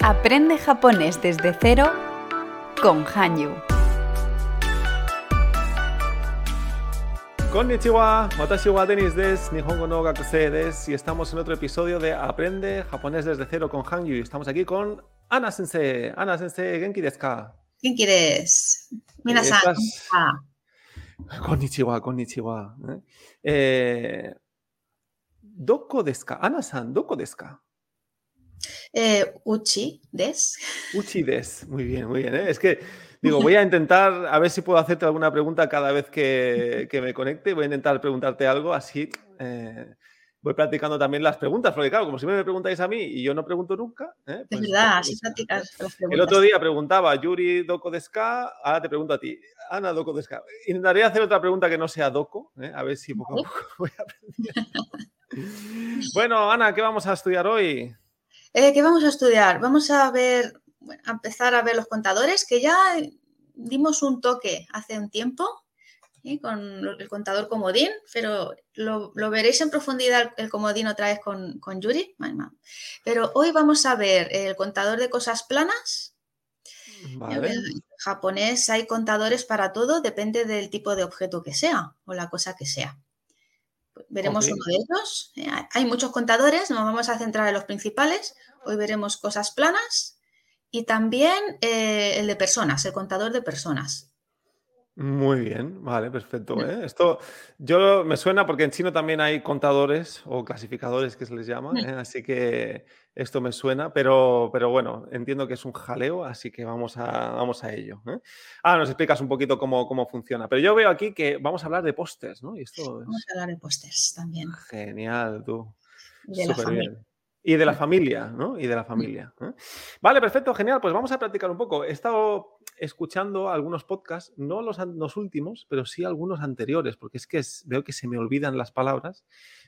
Aprende japonés desde cero con Hanyu. Konnichiwa, Matashi wa Denis des, Nihongo no Gakusei des, y estamos en otro episodio de Aprende japonés desde cero con Hangyu. Y estamos aquí con Ana Sensei. Ana Sensei, Genki desu ka? ¿Quién quieres? Mira, Estás- Konnichiwa, konnichiwa. ¿eh? Eh, ¿Doko desu ka? Ana-san, ¿doko desu ka? Eh, Uchi, des. Uchi des. Muy bien, muy bien. ¿eh? Es que, digo, voy a intentar, a ver si puedo hacerte alguna pregunta cada vez que, que me conecte. Voy a intentar preguntarte algo, así eh, voy practicando también las preguntas, porque claro, como siempre me preguntáis a mí y yo no pregunto nunca. ¿eh? Es pues, verdad, pues, así prácticas las El preguntas. otro día preguntaba Yuri Doko Deska, ahora te pregunto a ti, Ana Doko Deska. Intentaré hacer otra pregunta que no sea Doko, ¿eh? a ver si poco a Vale. poco voy aprendiendo. bueno, Ana, ¿qué vamos a estudiar hoy? Eh, ¿Qué vamos a estudiar? Vamos a ver, bueno, a empezar a ver los contadores, que ya dimos un toque hace un tiempo ¿eh? con lo- el contador comodín, pero lo, lo veréis en profundidad el comodín otra vez con, con Yuri. Maima. Pero hoy vamos a ver el contador de cosas planas. Ya Vale. veo, En japonés hay contadores para todo, depende del tipo de objeto que sea o la cosa que sea. Veremos Ok. uno de ellos. eh, hay- Hay muchos contadores, nos vamos a centrar en los principales. Hoy veremos cosas planas y también eh, el de personas, el contador de personas. Muy bien, vale, Mm. perfecto. ¿eh? Esto yo lo- me suena porque en chino también hay contadores o clasificadores que se les llama, Mm. ¿eh? así que esto me suena, pero, pero bueno, entiendo que es un jaleo, así que vamos a, vamos a ello. ¿eh? Ah, nos explicas un poquito cómo, cómo funciona, pero yo veo aquí que vamos a hablar de pósters, ¿no? Y esto Vamos a hablar de pósters también. es genial, tú. y de la Súper familia. bien. Y de la familia, ¿no? Y de la familia. ¿eh? Vale, perfecto, genial. Pues vamos a practicar un poco. He estado escuchando algunos podcasts, no los, an- los últimos, pero sí algunos anteriores, porque es que es- veo que se me olvidan las palabras.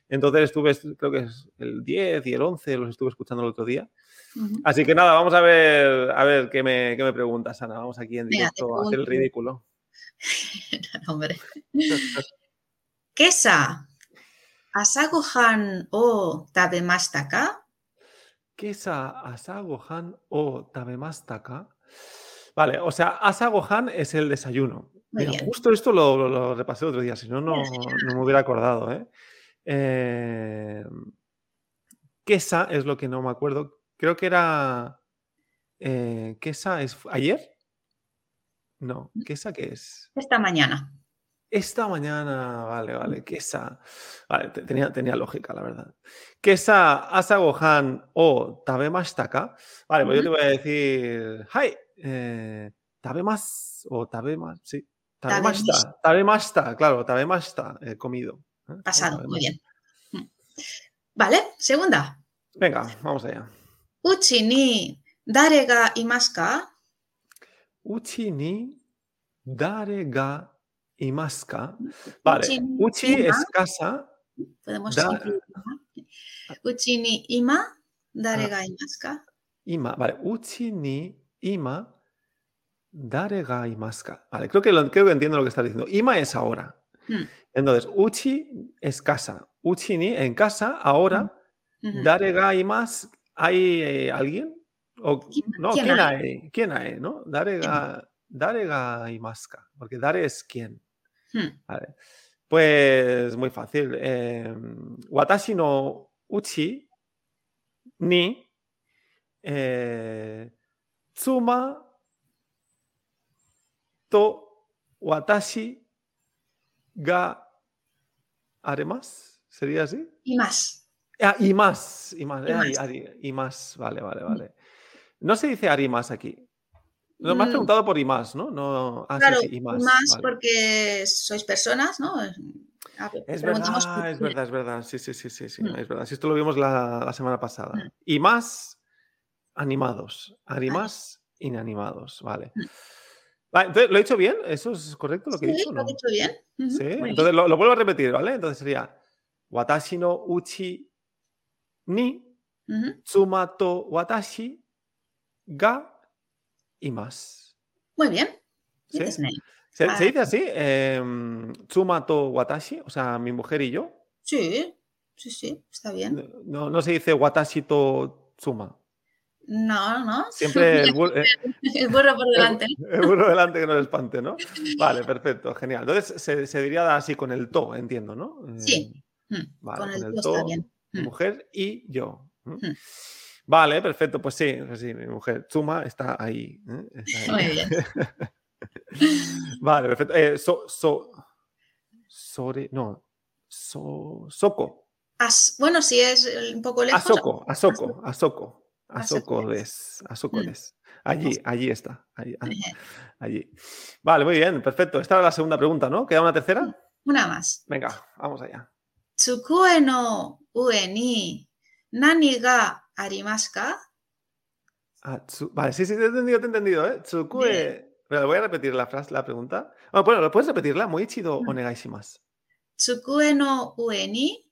Entonces estuve, est- creo que es el 10 y el 11, los estuve escuchando el otro día. Ujú. Así que nada, vamos a ver, a ver qué me, qué me preguntas, Ana. Vamos aquí en Venga, te directo a hacer el pregunto. ridículo. Hombre. Kesa, asagohan o tabemashita ka? Kesa asagohan o tabemasta ka. Vale, o sea, asagohan es el desayuno. Muy Mira, bien. justo esto lo, lo- lo repasé otro día, si no, no no me hubiera acordado. ¿eh? Eh, Kesa es lo que no me acuerdo. Creo que era. Eh, ¿Kesa es fu- ayer? No, ¿Kesa qué es? Esta mañana. Esta mañana, vale, vale, que esa. Vale, te- tenía, tenía lógica, la verdad. Que esa asagohan o tabemashitaka. Vale, pues yo te voy a decir, hi, eh, tabemas o tabemas, sí. Tabemashita, tabemashita, claro, tabemashita, eh, comido. ¿eh? Pasado, Tabemashita. muy bien. Mm. Vale, segunda. Venga, vamos allá. Uchi ni dare ga imasu ka? Uchi ni dare ga imasu ka? Vale, Uchi ni uchi ima. es casa, Podemos Da- incluir ima. Uchi ni ima dare Ah. ga imasu ka? Ima, vale, uchi ni ima dare ga imasu ka. Vale, creo que, lo, creo que entiendo lo que estás diciendo. Ima es ahora. Mm. Entonces, uchi es casa. Uchi ni en casa, ahora. Ujú. Dare ga imasu, ¿hay eh, alguien? O, ¿Quién- no, quién ¿quién hay? hay? ¿Quién hay? ¿No? Dare ga, dare ga imasu ka. Porque dare es quién. Hmm. Vale. Pues muy fácil. Eh, watashi no uchi ni eh, tsuma to watashi ga aremas. ¿Sería así? Imasu. Ah, y más. Y más. eh, Imas. y- ari- y más. Vale, vale, vale. No se dice arimas aquí. No, me has Mm. preguntado por y más, ¿no? no ah, sí, Claro, sí, y más. imasu vale. porque sois personas, ¿no? A ver, Es preguntamos por- verdad, es verdad, es verdad. Sí, sí, sí, sí, sí. Mm. Es verdad. Sí, esto lo vimos la, la semana pasada. Mm. Y más animados. Animas inanimados. Vale. Mm. Vale, entonces, ¿lo he hecho bien? ¿Eso es correcto lo que he Sí, dicho? o lo no? has dicho bien. Ujú, Sí. muy bien. Entonces lo, lo vuelvo a repetir, ¿vale? Entonces sería Watashi no uchi ni Ujú, tsuma to watashi ga imas. Muy bien. ¿Sí? Dices bien. ¿Se, se Ah. dice así? em, tsuma to watashi, o sea, mi mujer y yo. Sí, sí, sí, está bien. No, no se dice watashi to tsuma. No, no. Siempre el, bu- eh, El burro por delante. el burro delante que no le espante, ¿no? Vale, perfecto, genial. Entonces se, se diría así con el to, entiendo, ¿no? Sí. Eh, Mm, Vale, Con el con el tú todo. está bien. Mm. Mujer y yo. ¿Mm? Mm. Vale, perfecto, pues sí, pues sí, mi mujer Tsuma está ahí. ¿eh? Está ahí. Muy bien. Vale, perfecto. Eh, so, so, sore, no, so, soco. As- bueno, si es el- un poco lejos. Asoko, Asoko, Asoko, Asoko. Asoko des, Asoko Mm. des. Allí, allí está, allí, ah, Ajá. allí. Vale, muy bien, perfecto. Esta era la segunda pregunta, ¿no? ¿Queda una tercera? Una más. Venga, vamos allá. Tsukue no ue ni nani ga arimasu ka? Ah, tsu- Vale, sí, sí, te he entendido, te he entendido, ¿eh? Tsukue. Pero voy a repetir la frase, la pregunta. Ah, bueno, ¿lo puedes repetirla? Muy chido, Mm. onegaishimasu. Tsukue no ue ni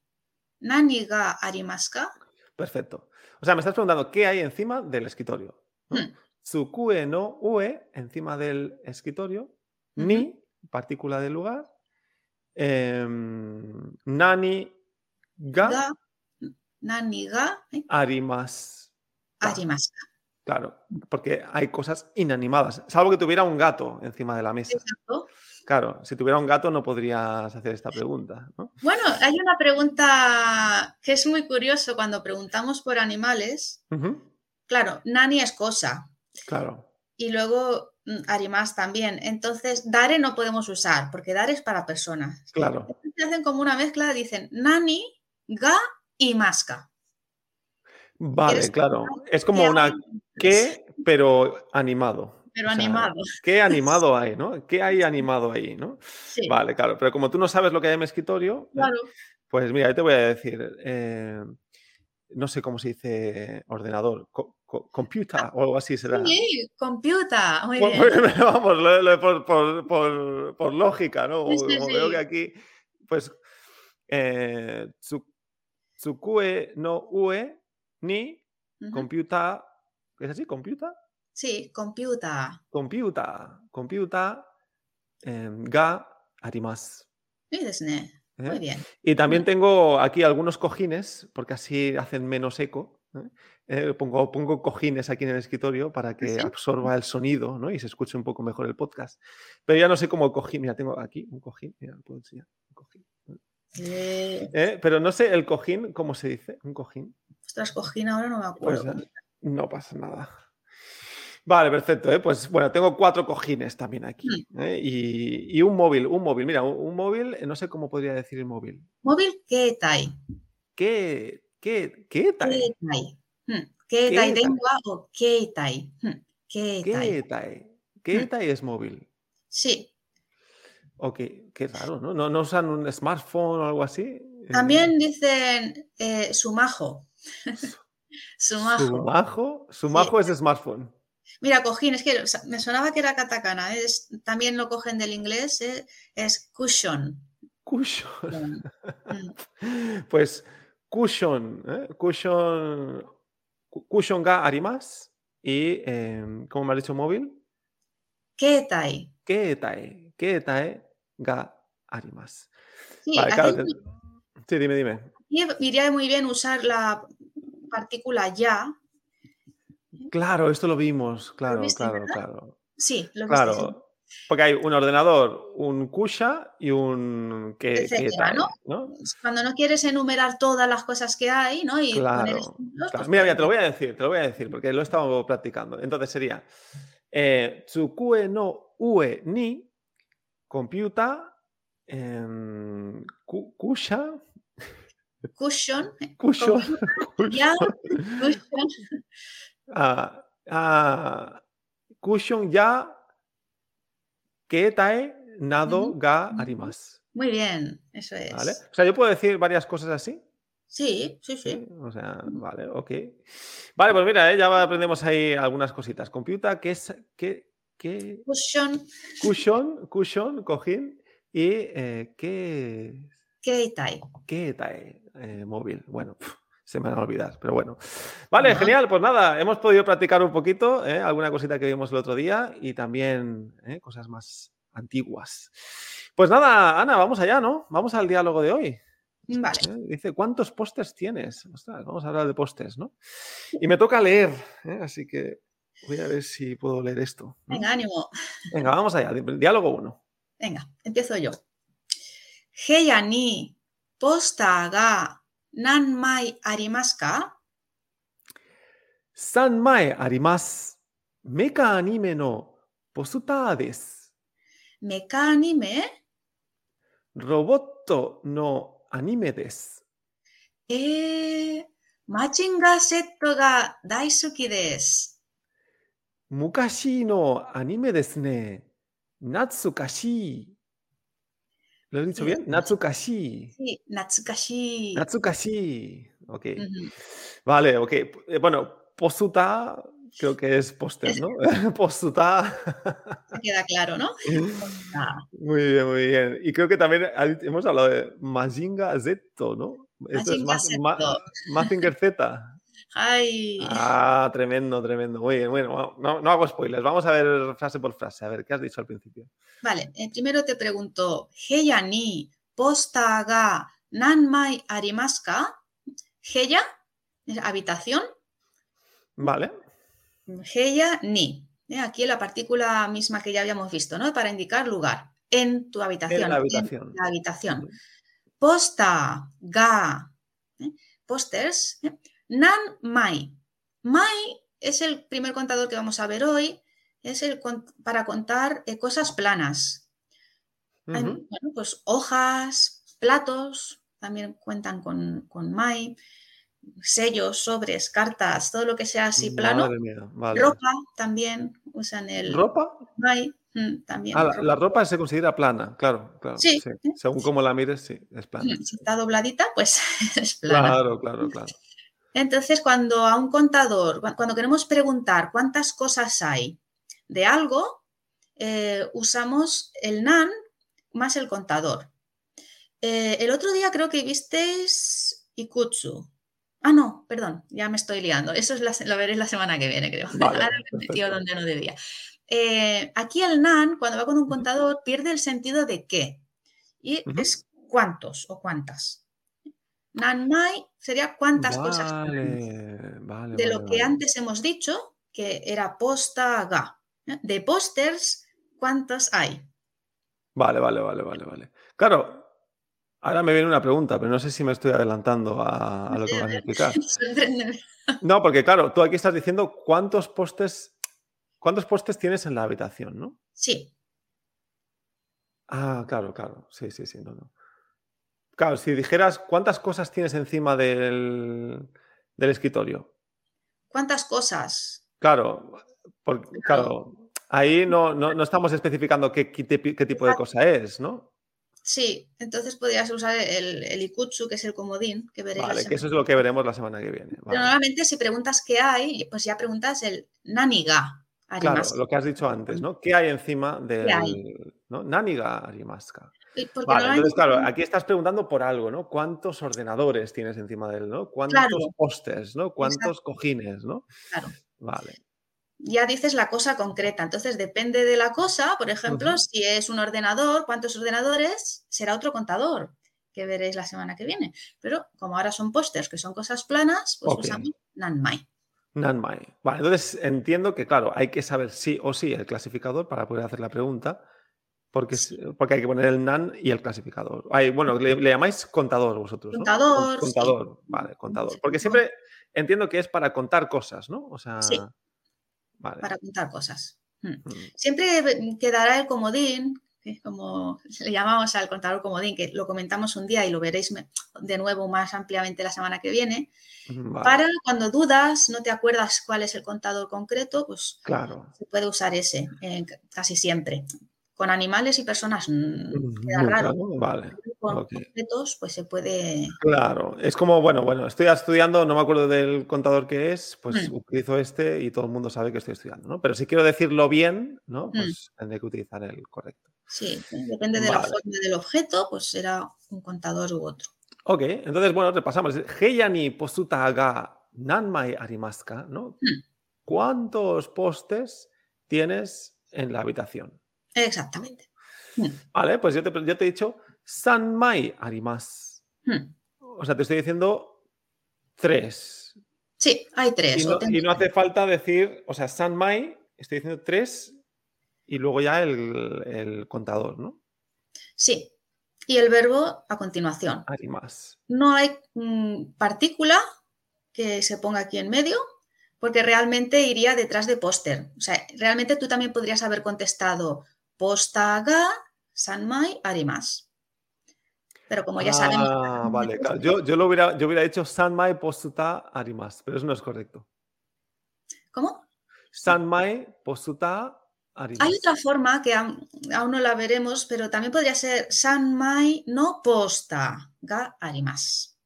nani ga arimasu ka? Perfecto. O sea, me estás preguntando qué hay encima del escritorio. ¿no? Mm. Tsukue no ue, encima del escritorio, ni, partícula del lugar, em, nani ga, Ga nani ga eh, arimas. arimasu ka? Claro, porque hay cosas inanimadas, salvo que tuviera un gato encima de la mesa. Exacto. Claro, si tuviera un gato no podrías hacer esta pregunta. ¿no? Bueno, hay una pregunta que es muy curioso cuando preguntamos por animales. Ujú, Claro, nani es cosa Claro, y luego mm, arimas también. Entonces, dare no podemos usar porque dare es para personas. claro. Entonces, hacen como una mezcla, dicen nani, ga y masca. Vale, ¿Quieres claro. Es como una ¿Qué? Pero animado. Pero O sea, animado, ¿Qué animado hay, no? ¿Qué hay animado ahí, no? sí. Vale, claro. Pero como tú no sabes lo que hay en mi escritorio, eh, Claro, pues mira, yo te voy a decir, eh, no sé cómo se dice ordenador, co- co- computer o algo así será. muy bien, computa, muy Por- bien. por- Pues, Vamos, lo- lo- por, por- por- por lógica, ¿no? Sí, sí, Como veo sí. que aquí, pues, eh, tsu- tsukue E no ue ni Ujú. computa, ¿es así? ¿Computa? Sí, computa. computa, computa eh, ga arimasu. Muy desne, ¿eh? muy bien. Y también tengo aquí algunos cojines, porque así hacen menos eco. ¿eh? Eh, pongo, pongo cojines aquí en el escritorio para que sí? absorba el sonido ¿no? y se escuche un poco mejor el podcast. Pero ya no sé cómo cojín. Mira, tengo aquí un cojín. Mira, lo puedo enseñar. Un cojín. Eh, Eh, Pero no sé el cojín, ¿cómo se dice? Un cojín. ostras, cojín, ahora no me Pues acuerdo. eh, no pasa nada. Vale, perfecto. ¿eh? Pues bueno, tengo cuatro cojines también aquí. Hmm. ¿eh? Y, y un móvil, un móvil. Mira, un, un móvil, eh, no sé cómo podría decir el móvil. Móvil, ¿qué tai? ¿Qué? ¿Qué? ¿Qué tal? ¿Qué tai? Hmm, ¿Qué tai Keitai. lengua o qué tai? Hmm, ¿Qué tai? ¿Qué tal? Mm. ¿Qué tal es móvil? Sí, Eh, Ok, qué raro, ¿no? ¿No, no usan un smartphone o algo así? Eh, también dicen eh, sumajo. Sumajo. Sumajo. Sumajo es smartphone. Mira, cojín, es que o sea, me sonaba que era katakana, ¿eh? Es- también lo cogen del inglés, ¿eh? es cushion. Cuyo. Mm, mm, Pues cushion, ¿eh? cushion, cu- cushion ga arimas y em, como me has dicho móvil, Ketai. ketae, ketae ga arimas. Sí, Vale, aquí, claro, te- Sí, dime, dime. aquí iría muy bien usar la partícula ya. Claro, esto lo vimos, claro, viste, claro, claro, Sí, lo viste, sí. claro. Porque hay un ordenador, un kusha y un que, Etcétera, ketae, ¿no? ¿no? Cuando no quieres enumerar todas las cosas que hay, ¿no? Y poner Claro. ejemplos, claro. pues Mira, mira, pones- te lo voy a decir, te lo voy a decir, porque lo he estado practicando. Entonces sería eh, Tsukue no ue ni computa em, ku- kusha Cushion, kusho ya, kusho- cushion, ah, ah, kushon ya ketae nado Ujú, ga ujú. arimas. Muy bien, eso es. ¿Vale? O sea, yo puedo decir varias cosas así. Sí, sí, sí. Sí, o sea, vale, ok. Vale, pues mira, eh, ya aprendemos ahí algunas cositas. Computa, que es que, que Cushion, cushion, cushion, cojín y eh, que Ketai. qué tae, eh, móvil. Bueno, pf, se me van a olvidar, pero bueno. Vale, Ajá. genial, pues nada, hemos podido practicar un poquito, eh, alguna cosita que vimos el otro día y también eh, cosas más antiguas. Pues nada, Ana, vamos allá, ¿no? Vamos al diálogo de hoy. Vale. ¿eh? Dice, ¿cuántos pósters tienes? Ostras, vamos a hablar de pósters, ¿no? Y me toca leer, ¿eh? así que voy a ver si puedo leer esto. ¿no? Venga, ánimo. Venga, vamos allá. di- Diálogo 1. Venga, empiezo yo. Heya ni posta ga nanmai arimasu ka? San mae arimas. Meca anime no posuta desu. Meka anime Roboto no anime desu. えー、マチンガーセットが大好きです。 Mukashi no anime desu ne. Natsukashi. ¿Lo he dicho bien? Natsukashi. し懐かしい。 Natsukashi. Ok. うんうん Vale, ok. P- eh, Bueno, posuta creo que es póster, ¿no? posuta. Se queda claro, ¿no? Ah, Muy bien, muy bien. Y creo que también ha- hemos hablado de Majinga Zeto, ¿no? Esto es Mazinger más, ma- Z. Mazinger Z. Ay, Ah, tremendo, tremendo. Muy bien, bueno, no, no hago spoilers. Vamos a ver frase por frase, a ver qué has dicho al principio. vale. eh, primero te pregunto, ¿Heya ni posta ga nanmai arimasu ka? Heya, es habitación, Vale, Heya ni. Eh, Aquí la partícula misma que ya habíamos visto, ¿no? Para indicar lugar. En tu habitación. en la habitación. la habitación. Posta, ga, ¿eh? posters, ¿eh? nan, mai. Mai es el primer contador que vamos a ver hoy, es el con- para contar eh, cosas planas. Hay, Ujú. bueno, pues hojas, platos, también cuentan con, con mai, sellos, sobres, cartas, todo lo que sea así plano. Madre mía, vale. Ropa también usan el ¿Ropa? mai, mm, también. Ah, la, ropa. la ropa se considera plana, claro, claro. Sí. Según cómo la mires, sí, es plana. Mm, Si está dobladita, pues es plana. Claro, claro, claro. Entonces, cuando a un contador, cua- cuando queremos preguntar cuántas cosas hay de algo, eh, usamos el nan más el contador. Eh, el otro día creo que visteis Ikutsu. Ah, no, perdón, ya me estoy liando. Eso es la se- lo veréis la semana que viene, creo. Vale, Ahora me he metido perfecto. donde no debía. Eh, aquí el nan, cuando va con un contador, pierde el sentido de qué. Y Ujú. es cuántos o cuántas. Nanmai sería cuántas cosas Vale, vale, de vale, lo que vale. antes hemos dicho, que era posta ga. ¿eh? De pósters, ¿cuántos hay? Vale, vale, vale, vale, vale. Claro, ahora me viene una pregunta, pero no sé si me estoy adelantando a, a lo que vas a explicar. Sorpréndeme. No, porque claro, tú aquí estás diciendo cuántos postes, cuántos postes tienes en la habitación, ¿no? Sí, Ah, claro, claro. Sí, sí, sí, no, no. Claro, si dijeras cuántas cosas tienes encima del, del escritorio. ¿cuántas cosas? Claro, porque, claro, ahí no, no, no estamos especificando qué, qué tipi- qué tipo de cosa es, ¿no? Sí, entonces podrías usar el, el ikutsu, que es el comodín, que veréis la Vale, que semana- Ah, eso es lo que veremos la semana que viene. Pero Vale. normalmente si preguntas qué hay, pues ya preguntas el naniga. Claro, arimasu. lo que has dicho antes, ¿no? ¿Qué hay encima del hay? ¿no? Naniga Arimaska? Y porque Vale, entonces, normalmente- claro, aquí estás preguntando por algo, ¿no? ¿Cuántos ordenadores tienes encima de él, ¿no? ¿Cuántos Claro. pósters, ¿no? ¿Cuántos cojines, ¿no? Claro. Vale. ya dices la cosa concreta. Entonces, depende de la cosa, por ejemplo, Ujú. si es un ordenador, cuántos ordenadores, será otro contador, que veréis la semana que viene. Pero como ahora son pósters, que son cosas planas, pues Ok. usamos nanmai. Nanmai. Vale, entonces entiendo que, claro, hay que saber sí o sí el clasificador para poder hacer la pregunta, porque, es- porque hay que poner el nan y el clasificador. Ay, bueno, le, le llamáis contador vosotros. ¿no? Con- Contador, sí. Contador, vale, contador. Sí, Porque contador. siempre entiendo que es para contar cosas, ¿no? O sea, Sí. vale. para contar cosas. Mm. Mm, Siempre eh, quedará el comodín, que es como le llamamos al contador comodín, que lo comentamos un día y lo veréis me- de nuevo más ampliamente la semana que viene, mm, vale, para cuando dudas, no te acuerdas cuál es el contador concreto, pues Claro. se puede usar ese eh, c- casi siempre. Con animales y personas mm, Mm, queda nunca, raro. ¿no? Vale. Con ok. objetos, pues se puede. Claro, es como, bueno, bueno, estoy estudiando, no me acuerdo del contador que es, pues Mm. utilizo este y todo el mundo sabe que estoy estudiando, ¿no? Pero si quiero decirlo bien, ¿no? Mm. Pues tendré que utilizar el correcto. Sí, eh, depende de la Vale. forma del objeto, pues será un contador u otro. Ok, entonces, bueno, repasamos. Heya ni posuta ga nanmai arimaska, ¿no? Mm. ¿Cuántos postes tienes en la habitación? Exactamente. Vale, pues yo te, yo te he dicho sanmai arimas. Hmm. O sea, te estoy diciendo tres. Sí, hay tres. Y o no, tengo- y no hace falta decir, o sea, San Mai, estoy diciendo tres y luego ya el, el contador, ¿no? Sí. Y el verbo a continuación. Hay más. No hay mm, partícula que se ponga aquí en medio, porque realmente iría detrás de póster. O sea, realmente tú también podrías haber contestado posta ga sanmai arimas. Pero como ya sabemos. Ah, vale, claro. Yo, yo lo hubiera, yo hubiera hecho Sanmai posuta arimas, pero eso no es correcto. ¿Cómo? Sanmai posuta arimas. Hay otra forma que aún, aún no la veremos, pero también podría ser sanmai no posta ga arimas.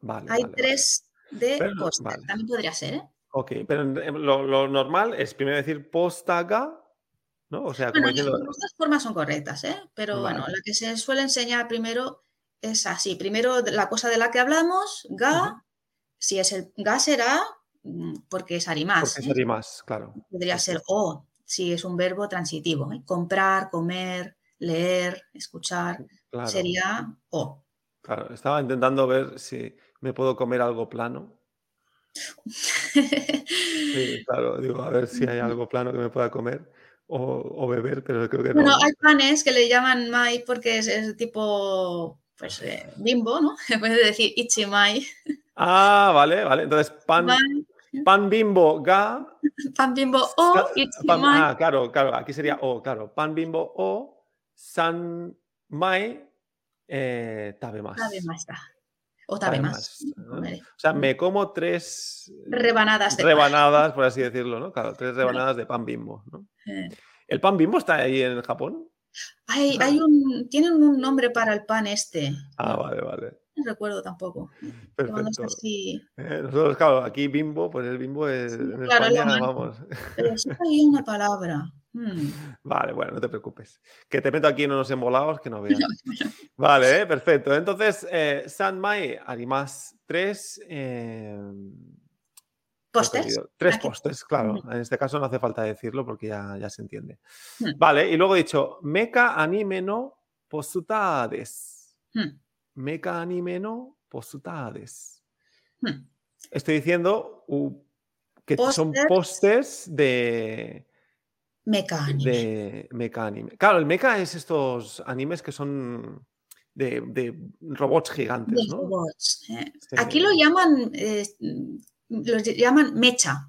Vale, vale, Hay vale. tres de Pero, póster. vale. También podría ser, ¿eh? Ok, pero en- en lo, lo normal es primero decir postaga, ¿no? O sea, como Bueno, diciendo, las dos formas son correctas, ¿eh? pero bueno, Vale. la que se suele enseñar primero es así. Primero de- la cosa de la que hablamos, ga, Ujú. si es el ga será mm, porque es arimás, porque ¿eh? sería más, claro. podría ser o, si es un verbo transitivo, ¿eh? comprar, comer, leer, escuchar, Claro, sería o. claro. Estaba intentando ver si me puedo comer algo plano. Sí, claro, digo, a ver si hay algo plano que me pueda comer o, o beber, pero creo que no. Bueno, ¿no? hay panes que le llaman mai porque es, es tipo pues eh, bimbo, ¿no? En vez de decir ichimai, Ah, vale, vale. Entonces, pan, mai, pan bimbo ga. pan bimbo o sa- pan- ichimai. ah, claro, claro. Aquí sería o, claro. Pan bimbo o san mai eh, tabe más. Tabe más está. O Tabe tabe más. más, ¿no? Vale. O sea, me como tres Rebanadas de rebanadas, por así decirlo, ¿no? Claro, tres rebanadas de pan bimbo, ¿no? Eh, ¿El pan bimbo está ahí en Japón? Hay, hay un, tienen un nombre para el pan este. Ah, vale, vale. No recuerdo tampoco. Pero cuando es Perfecto. así. Eh, Nosotros, claro, aquí bimbo, pues el bimbo es, en claro, es la España, mano. vamos. Pero sí hay una palabra. Hmm. Vale, bueno, no te preocupes. Que te meto aquí en unos embolados que no veas. Vale, eh, perfecto. Entonces, eh, Sanmai, Arimas em, 3. Pósters. Preferido. Tres Aquí. postes, claro. Ujú. En este caso no hace falta decirlo porque ya, ya se entiende. Hmm. Vale, y luego he dicho, meca anime no posutades. Hmm, Meca anime no posutades. hmm. Estoy diciendo u- que son Pósters. postes de, Mecánico. de meca anime. Claro, el meca es estos animes que son de, de robots gigantes, Los ¿no? Este, robots, eh. Sí. Aquí lo llaman, eh, los llaman mecha.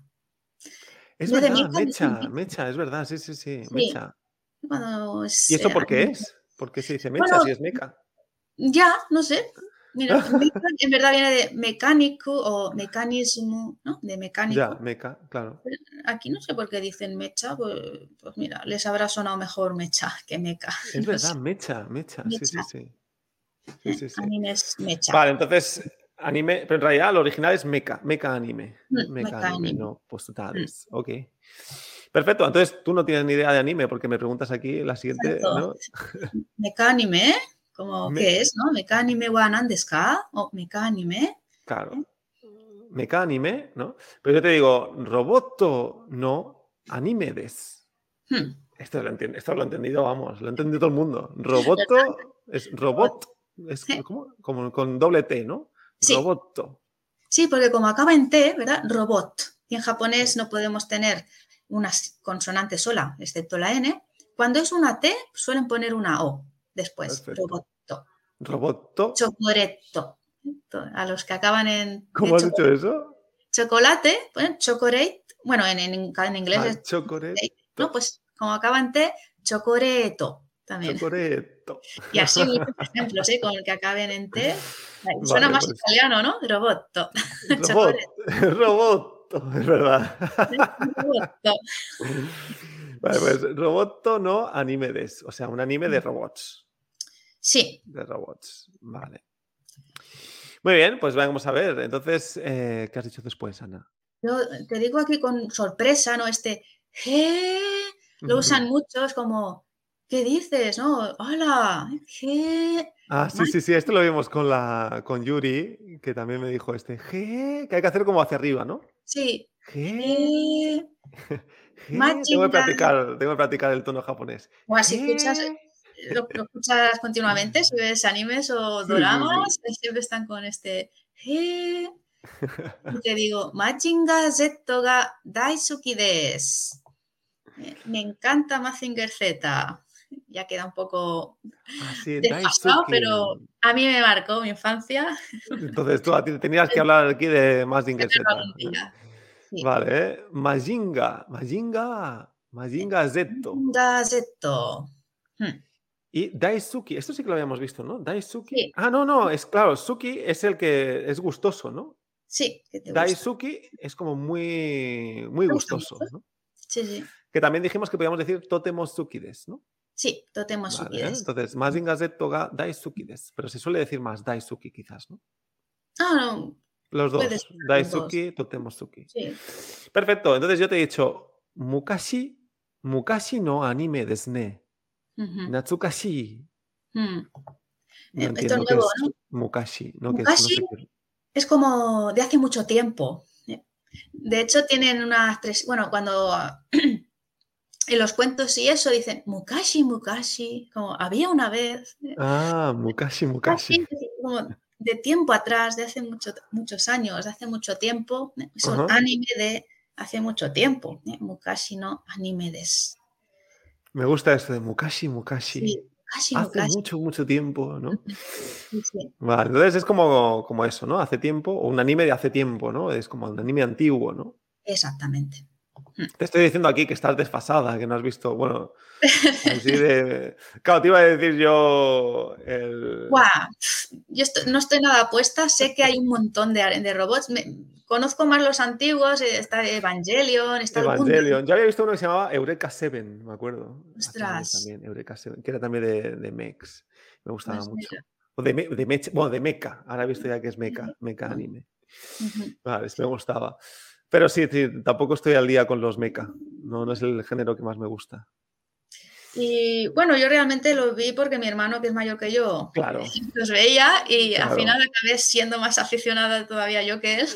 Es no de verdad, meca, de mecha, mecha. mecha, es verdad, sí, sí, sí, Sí. mecha. Cuando es, ¿Y esto eh, por qué es? ¿Por qué se dice mecha Bueno, si es meca? Ya, no sé. Mira, meca- en verdad viene de mecánico o mecanismo, ¿no? De mecánico. Ya, meca, claro. Aquí no sé por qué dicen mecha, pues, pues mira, les habrá sonado mejor mecha que meca. Es No verdad, sé, mecha, mecha, sí, sí, Mecha. sí. Sí, sí, sí. A mí me es mecha. Vale, entonces, anime, pero en realidad el original es meca, meca anime. Meca Mm, meca anime, anime. no postades. Ok. Perfecto, entonces tú no tienes ni idea de anime porque me preguntas aquí la siguiente, Exacto. ¿no? Mecánime, ¿eh? como Me- que es, ¿no? Mecánime wa nan desu ka? O mecánime. Claro. Mm. Meca anime, ¿no? Pero yo te digo, roboto no anime des. Hmm, Esto lo, entiendo, esto lo he entendido, vamos, lo ha entendido todo el mundo. Roboto es robot, es Sí. como, como con doble T, ¿no? Sí. Roboto. Sí, porque como acaba en T, ¿verdad? Robot. Y en japonés no podemos tener una s- consonante sola, excepto la N. Cuando es una T, suelen poner una O después. Perfecto. Robot. Roboto. Chocoreto. A los que acaban en de ¿Cómo has choco- dicho eso? chocolate, ponen chocorate. Bueno, en, en- en inglés Ah, es chocoreto. ¿no? Pues como acaban T, chocoreto también. Chocoreto. Y así muchos ejemplos, ¿eh? Con el que acaben en T. Ay, Vale, Suena más pues. italiano, ¿no? Roboto. Robot. Roboto, es verdad. Roboto. Vale, pues roboto no anime des, o sea, un anime Mm. de robots. Sí, De robots, vale. Muy bien, pues vamos a ver. Entonces, eh, ¿qué has dicho después, Ana? yo te digo aquí con sorpresa, ¿no? Este je lo usan muchos como, ¿qué dices? ¿No? Hola, je. Ah, sí, Mal. sí, sí, esto lo vimos con la con Yuri, que también me dijo este, "Je", que hay que hacer como hacia arriba, ¿no? Sí, Je, je. je. Tengo que Machinga. practicar, tengo que practicar el tono japonés. O así escuchas eh, Je. lo, lo escuchas continuamente, si ves animes o Sí, sí, doramas, siempre están con este. "Eh". Y te digo, Machinga Z ga Daisuki des. Eh, Me encanta Mazinger Z. Ya queda un poco. Así, Desfasado, Daisuke. pero a mí me marcó mi infancia. Entonces tú a ti tenías que hablar aquí de más de Pero algún día. Sí. Vale, ¿eh? Majinga, Majinga, Majinga Zeto. Machinga Z. Y Daisuki, esto sí que lo habíamos visto, ¿no? Daisuki. Sí. Ah, no, no, es claro, Suki es el que es gustoso, ¿no? Sí, que te gusta. Daisuki es como muy, muy Me gusta gustoso, ¿no? Sí, sí. Que también dijimos que podíamos decir Totemo Sukides, ¿no? Sí, Totemo Vale, Suki des. Entonces, Majinga Zeto ga Daisuki des. Pero se suele decir más Daisuki, quizás, ¿no? Ah, no. Los dos. Puede ser los Daisuki, Totemo Suki. Sí. Perfecto, entonces yo te he dicho Mukashi, Mukashi no anime desne. Ujú. Natsukashi. Mm. No Eh, esto entiendo es qué nuevo, es Mukashi. No, que es- Mukashi. no sé qué- Es como de hace mucho tiempo. ¿eh? De hecho, tienen unas tres. Bueno, cuando ah, en los cuentos y eso dicen Mukashi, Mukashi, como había una vez. ¿eh? Ah, Mukashi, Mukashi. Mukashi, como de tiempo atrás, de hace mucho- muchos años, de hace mucho tiempo. ¿eh? Es un Ajá. anime de hace mucho tiempo. ¿eh? Mukashi no anime des. Me gusta esto de Mukashi, Mukashi. Sí, Mukashi, Hace Mukashi. mucho, mucho tiempo, ¿no? sí, sí. Vale, entonces es como, como eso, ¿no? Hace tiempo, o un anime de hace tiempo, ¿no? Es como un anime antiguo, ¿no? Exactamente. Te estoy diciendo aquí que estás desfasada, que no has visto, bueno, así de... Claro, te iba a decir yo el... Guau, Yo esto- no estoy nada puesta, sé que hay un montón de, de robots. Me- conozco más los antiguos, eh, está Evangelion, está el Gundam. Evangelion. Yo había visto uno que se llamaba Eureka 7, me acuerdo. hace años Ostras. También, Eureka 7, que era también de, de Mex. Me gustaba Pues mucho. mira, O de, me- de Mech- bueno, de Mecha. Ahora he visto ya que es Mecha, Mecha Ujú. anime. ujú. Vale, sí me gustaba. Pero sí, sí, tampoco estoy al día con los Mecha. No, no es el género que más me gusta. Y bueno, yo realmente lo vi porque mi hermano, que es mayor que yo, Claro. los veía y Claro. al final acabé siendo más aficionada todavía yo que él,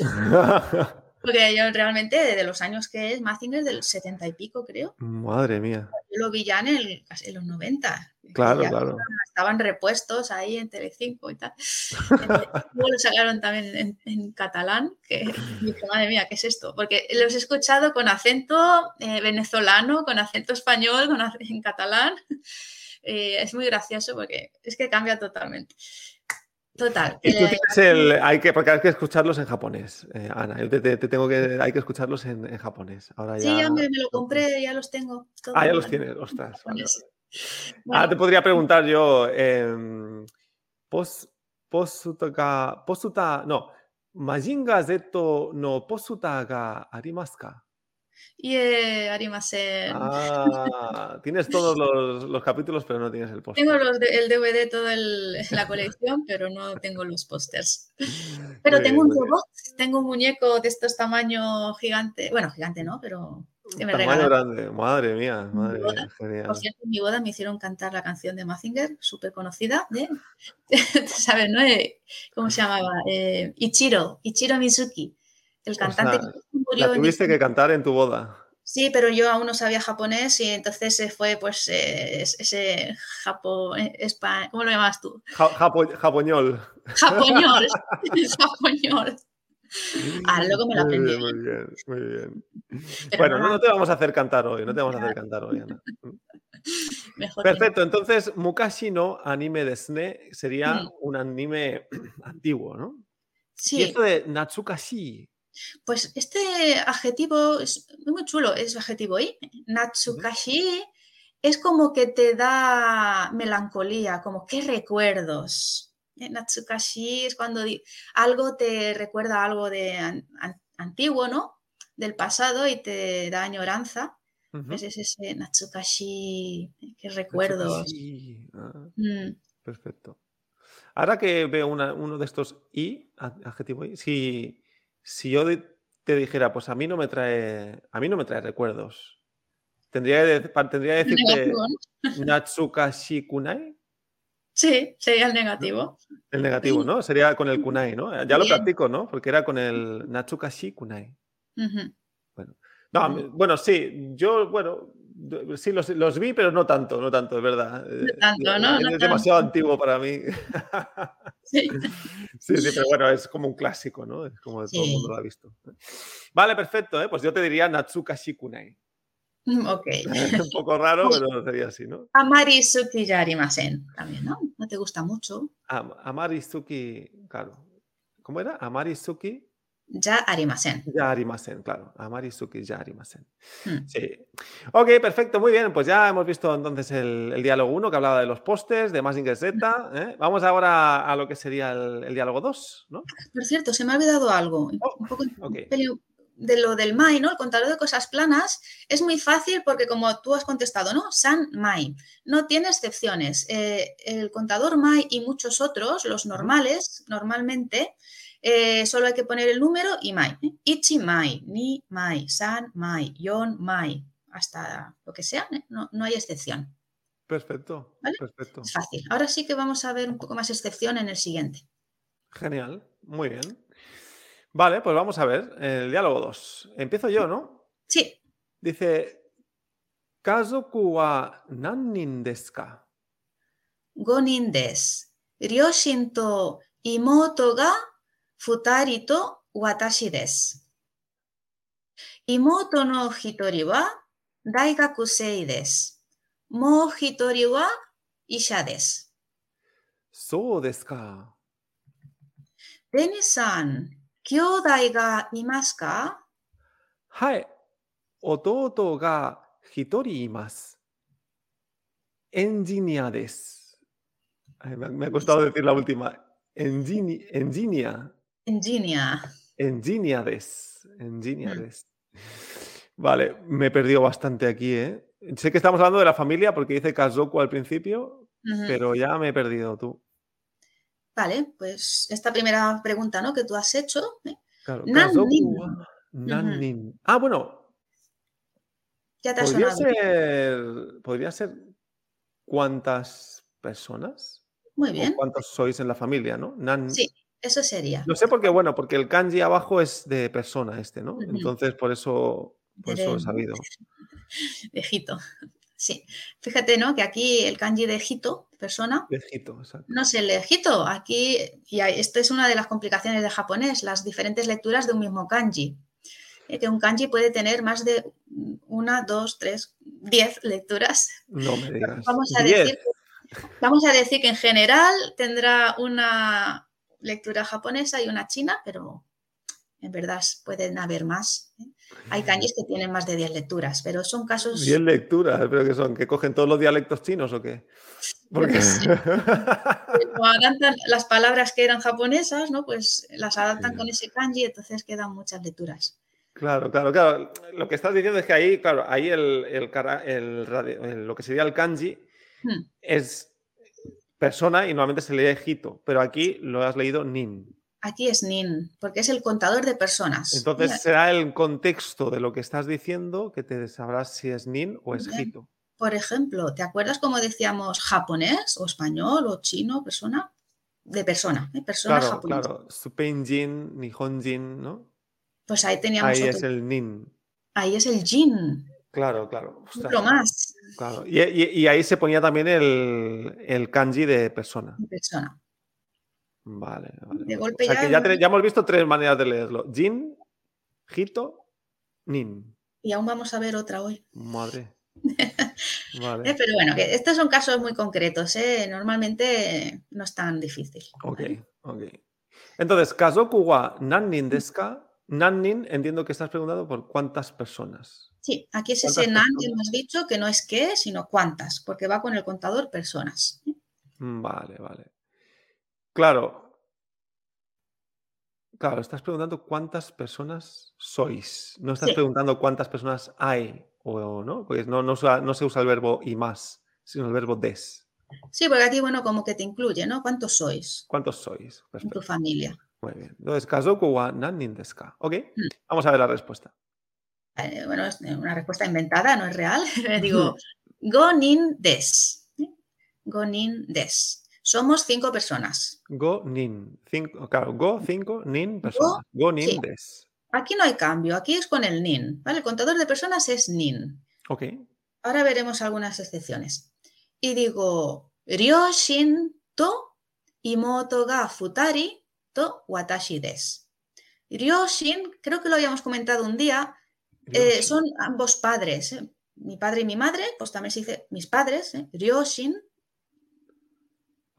porque yo realmente de los años que es, Mazinger del 70 y pico creo, Madre mía. yo lo vi ya en, el- en los 90. que Claro, ya claro. estaban repuestos ahí en Telecinco y tal. Entonces, Luego lo sacaron también en, en catalán, que dije, madre mía, ¿qué es esto? Porque los he escuchado con acento eh, venezolano, con acento español, con ac- en catalán. Eh, es muy gracioso porque es que cambia totalmente. Total. Y que tú le- tienes el. Hay que, porque hay que escucharlos en japonés, eh, Ana. Yo te, te- te tengo que. Hay que escucharlos en, en japonés. Ahora ya. Sí, ya me, me lo compré, ya los tengo. todos. Ah, ya los tienes. Ostras. vale, Japoneses. Ahora te Bueno, podría preguntar yo. em, pos, posuta ga- posuta- No. Majinga Zeto no posuta ga arimasu ka? y eh, arimasen. Ah, tienes todos los, los capítulos, pero no tienes el post. Tengo los de- el DVD, toda la colección, pero no tengo los pósters. Pero tengo un robot, tengo un muñeco de estos tamaño gigante, bueno, gigante no, pero que me Tamaño regalaron. grande. Madre mía, madre boda. mía. Genial. Por cierto, en mi boda me hicieron cantar la canción de Mazinger, súper conocida, de, ¿sabes, no? Eh, ¿Cómo se llamaba? Eh, Ichiro, Ichiro Mizuki, el cantante sea, que La murió en este tuviste que cantar en tu boda. Sí, pero yo aún no sabía japonés y entonces se fue pues eh, es- ese japo, eh, espa- ¿cómo lo llamas tú? Ja- japo- japoñol. Japoñol, japoñol. Ah, luego me lo Muy aprendí. bien, Muy bien, muy bien. Pero Bueno, nada, no, no te vamos a hacer cantar hoy, no te vamos a hacer cantar hoy, Ana. mejor que no. Perfecto, entonces Mukashi no anime desne sería Mm. un anime antiguo, ¿no? Y Sí. esto de Natsukashi, Pues este adjetivo es muy chulo, es adjetivo y Natsukashi es como que te da melancolía, como qué recuerdos. Eh, Natsukashi es cuando di- algo te recuerda a algo de an- an- antiguo, ¿no? Del pasado y te da añoranza. ujú, Pues es ese Natsukashi, eh, qué recuerdos. Natsukashi, ah, Mm, perfecto. Ahora que veo una- uno de estos i, a- adjetivo i, si, si yo de- te dijera, pues a mí no me trae, a mí no me trae recuerdos, tendría que, de- pa- tendría que decirte negativo, ¿no? Natsukashi kunai. Sí, sería el negativo. El negativo, ¿no? Sería con el kunai, ¿no? Ya lo Bien. practico, ¿no? Porque era con el Natsukashi kunai. Ujú. No, Mm. bueno, sí, yo, bueno, Sí, los, los, vi, pero no tanto, no tanto, es verdad. Eh, No tanto, ¿no? Es, no es tanto. demasiado antiguo para mí. Sí. Sí, sí, pero bueno, es como un clásico, ¿no? Es como todo el Sí. mundo lo ha visto. Vale, perfecto, ¿eh? Pues yo te diría Natsuka Shikunai. Ok. un poco raro, pero sería así, ¿no? Amari Tsukiyarimasen también, ¿no? No te gusta mucho. Am- Amarizuki, claro. ¿Cómo era? Amarizuki Ya Arimasen. Yarimasen, claro. Amarizuki Yarimasen. Hmm. Sí. Ok, perfecto, muy bien. Pues ya hemos visto entonces el, el diálogo 1 que hablaba de los postes, de Mazinger Z. ¿eh? Vamos ahora a lo que sería el, el diálogo 2, ¿no? Por cierto, se me ha olvidado algo. Un poco ok. un pelín de lo del Mai, ¿no? El contador de cosas planas es muy fácil porque como tú has contestado, ¿no? San Mai. No tiene excepciones. Eh, el contador Mai y muchos otros, los normales, normalmente, eh, solo hay que poner el número y Mai. ¿eh? Ichi Mai, Ni Mai, San Mai, Yon Mai, hasta lo que sea, ¿eh? no, no hay excepción. Perfecto, Vale. perfecto. Es fácil. Ahora sí que vamos a ver un poco más excepción en el siguiente. Genial, muy bien. Vale, pues vamos a ver el diálogo 2. Empiezo yo, ¿no? Sí, Dice, Kazoku wa nannin desu ka? 5人です。両親と妹が2人と私です。妹の1人は大学生です。もう1人は医者です。そうですか。デニさん、兄弟がいますかはい。弟が一人います。エンジニアです。Ay, me, ha- me ha costado decir la última. Engini- Engineer. エンジニア。 Engineer des. Mm. Engineer des. Vale, me he perdido bastante aquí, ¿eh? Sé que estamos hablando de la familia porque dice Kazoku al principio, Ujú. pero ya me he perdido tú. Vale, pues esta primera pregunta ¿no? que tú has hecho. ¿eh? Claro, Kazoku. Nannin. wa Nannin. Ah, bueno, Ya te ha Podría sonado. ser, podría ser cuántas personas Muy o bien, cuántos sois en la familia, ¿no? Nan- Sí. eso sería. Lo sé porque, bueno, porque el kanji abajo es de persona este, ¿no? Ujú. Entonces, por eso, por eso he Eren. sabido. de Hito. Sí. Fíjate, ¿no? Que aquí el kanji de Hito, persona, Viejito, exacto. no se lee Hito. Aquí, y ahí- esto es una de las complicaciones de japonés, las diferentes lecturas de un mismo kanji. Eh, que un kanji puede tener más de una, dos, tres, diez lecturas. No me digas. Vamos a, Diez. decir, vamos a decir que en general tendrá una lectura japonesa y una china, pero en verdad pueden haber más. ¿eh? Hay kanjis que tienen más de 10 lecturas, pero son casos... Diez lecturas, pero que son, que cogen todos los dialectos chinos o qué? Porque... que sí. Como adaptan las palabras que eran japonesas, ¿no? Pues las adaptan Sí. con ese kanji, entonces quedan muchas lecturas. Claro, claro, claro. Lo que estás diciendo es que ahí, claro, ahí el, el cara- el radio- el- lo que sería el kanji Hmm. es persona y normalmente se lee Hito, pero aquí lo has leído Nin. Aquí es nin, porque es el contador de personas. Entonces Mira, será el contexto de lo que estás diciendo que te sabrás si es Nin o es Bien. Hito. por ejemplo, ¿te acuerdas cómo decíamos japonés o español o chino, persona? De persona, ¿eh? persona Claro, japonesa. claro. Supenjin, Nihonjin, ¿no? Pues ahí teníamos Ahí otro. es el Nin. Ahí es el jin, Claro, claro. Ostras, otro más claro. Y, y- y ahí se ponía también el, el kanji de persona. de persona. Vale, vale. De vale. golpe o sea ya que ya, no- te- ya hemos visto tres maneras de leerlo. Jin, Hito, Nin. Y aún vamos a ver otra hoy. Madre. ¿eh? Vale. Pero bueno, que estos son casos muy concretos, ¿eh? normalmente no es tan difícil. Ok, ok. Entonces, Kazoku wa Nannin desu ka? Nannin, entiendo que estás preguntando por cuántas personas. Sí, aquí es ¿Cuántas ese nan que personas? hemos dicho que no es qué, sino cuántas, porque va con el contador personas. Mm, Vale, vale. Claro. Claro, estás preguntando cuántas personas sois. No estás Sí. preguntando cuántas personas hay o no, porque no, no, usa- no se usa el verbo y más, sino el verbo des. Sí, porque aquí, bueno, como que te incluye, ¿no? ¿Cuántos sois ¿Cuántos sois? en tu Perfecto. familia? Muy bien. Entonces, Kazoku wa nannin desu ka? Ok. Mm. Vamos a ver la respuesta. Eh, bueno, es una respuesta inventada, no es real. Digo, gonin des. ¿eh? Gonin des. Somos cinco personas. Go nin. Cinco, claro, go cinco nin personas. Go nin sí. des. Aquí no hay cambio, aquí es con el nin, ¿vale? El contador de personas es nin. Ok. Ahora veremos algunas excepciones. Y digo, Ryoshin to imoto ga futari to watashi des. Ryoshin, creo que lo habíamos comentado un día, eh, son ambos padres. ¿eh? Mi padre y mi madre, pues también se dice mis padres, ¿eh? Ryoshin,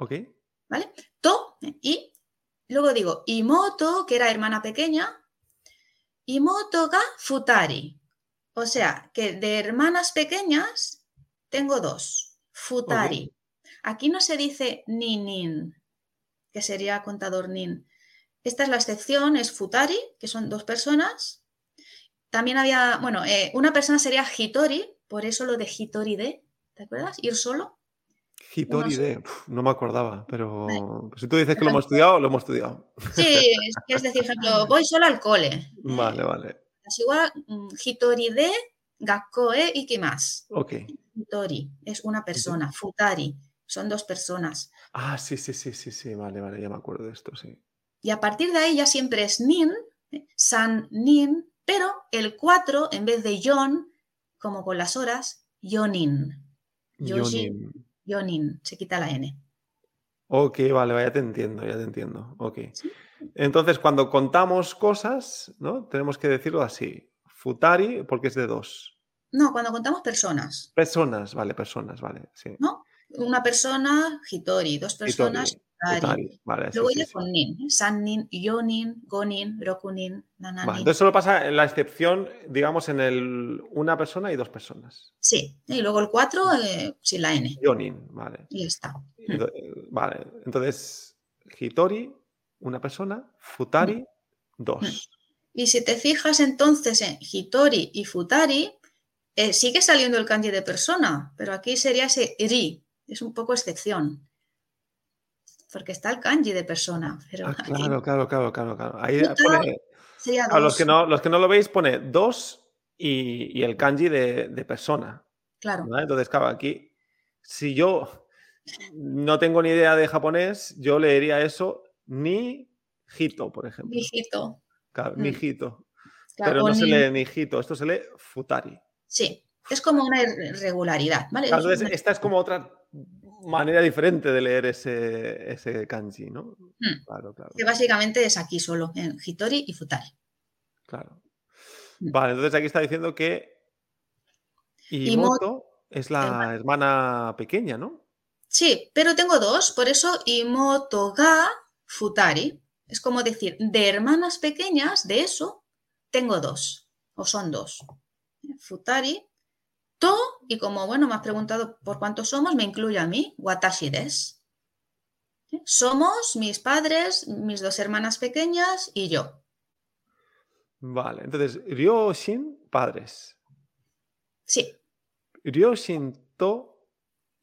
Ok. ¿vale? To y luego digo Imoto, que era hermana pequeña, Imoto ga futari. O sea, que de hermanas pequeñas tengo dos. Futari. Aquí no se dice ni nin, que sería contador nin. Esta es la excepción, es futari, que son dos personas. También había, bueno, eh, una persona sería hitori, por eso lo de hitori de, ¿te acuerdas? Ir solo. Hitori sé. de. Puf, no me acordaba, pero Vale. si tú dices que lo hemos estudiado, lo hemos estudiado. Sí, es decir, por ejemplo, voy solo al cole. Vale, vale. 私は、うん、一人で学校へ行きます。 Ok. Hitori es una persona, futari son dos personas. Ah, sí, sí, sí, sí, sí. Vale, vale, ya me acuerdo de esto, sí. Y a partir de ahí ya siempre es nin, ¿eh? san nin, pero el 4 en vez de yon, como con las horas, yonin. Yoshi. Yonin. Yonin, se quita la n. Ok, vale, vale, ya te entiendo, ya te entiendo. Ok. Sí. Entonces, cuando contamos cosas, ¿no? Tenemos que decirlo así. Futari, porque es de dos. No, cuando contamos personas, Personas, vale, personas, vale. Sí. una persona, hitori, dos personas, futari. Futari, Vale, sí, Luego sí, ya sí. con nin, ¿eh? san nin, yonin, gonin, rokunin, nananin. Vale, entonces solo pasa la excepción, digamos, en el una persona y dos personas. Sí, y luego el 4 sin la N. Yonin, vale. Y ya está. Y do- eh, Vale, entonces Hitori, una persona, Mm. Futari, dos. Y si te fijas entonces en Hitori y Futari, eh, sigue saliendo el kanji de persona, pero aquí sería ese ri, es un poco excepción. Porque está el kanji de persona, pero Ah, aquí claro, claro, claro, claro, claro. Ahí eh, Futari, pone, sería a los que dos, no, los que no lo veis, pone dos y, y el kanji de, de persona. Claro, ¿vale? Entonces, claro, aquí, si yo no tengo ni idea de japonés, yo leería eso ni Hito, por ejemplo. hijito. Claro, ni Mm. Hito. claro, Pero o no se nin. lee ni Hito, esto se lee Futari. Sí, es como una irregularidad, ¿vale? Claro, Es entonces, una- esta es como otra manera diferente de leer ese, ese kanji, ¿no? Claro, claro. que básicamente es aquí solo, en Hitori y Futari. claro. Mm. Vale, entonces aquí está diciendo que Imoto es la hermana pequeña, ¿no? Sí, pero tengo dos, por eso Imoto ga futari. Es como decir, de hermanas pequeñas, de eso, tengo dos, o son dos. Futari, to, y como, bueno, me has preguntado por cuántos somos, me incluye a mí, watashi des. Somos mis padres, mis dos hermanas pequeñas y yo. Vale, entonces Ryoshin, padres. Sí, Ryoshin to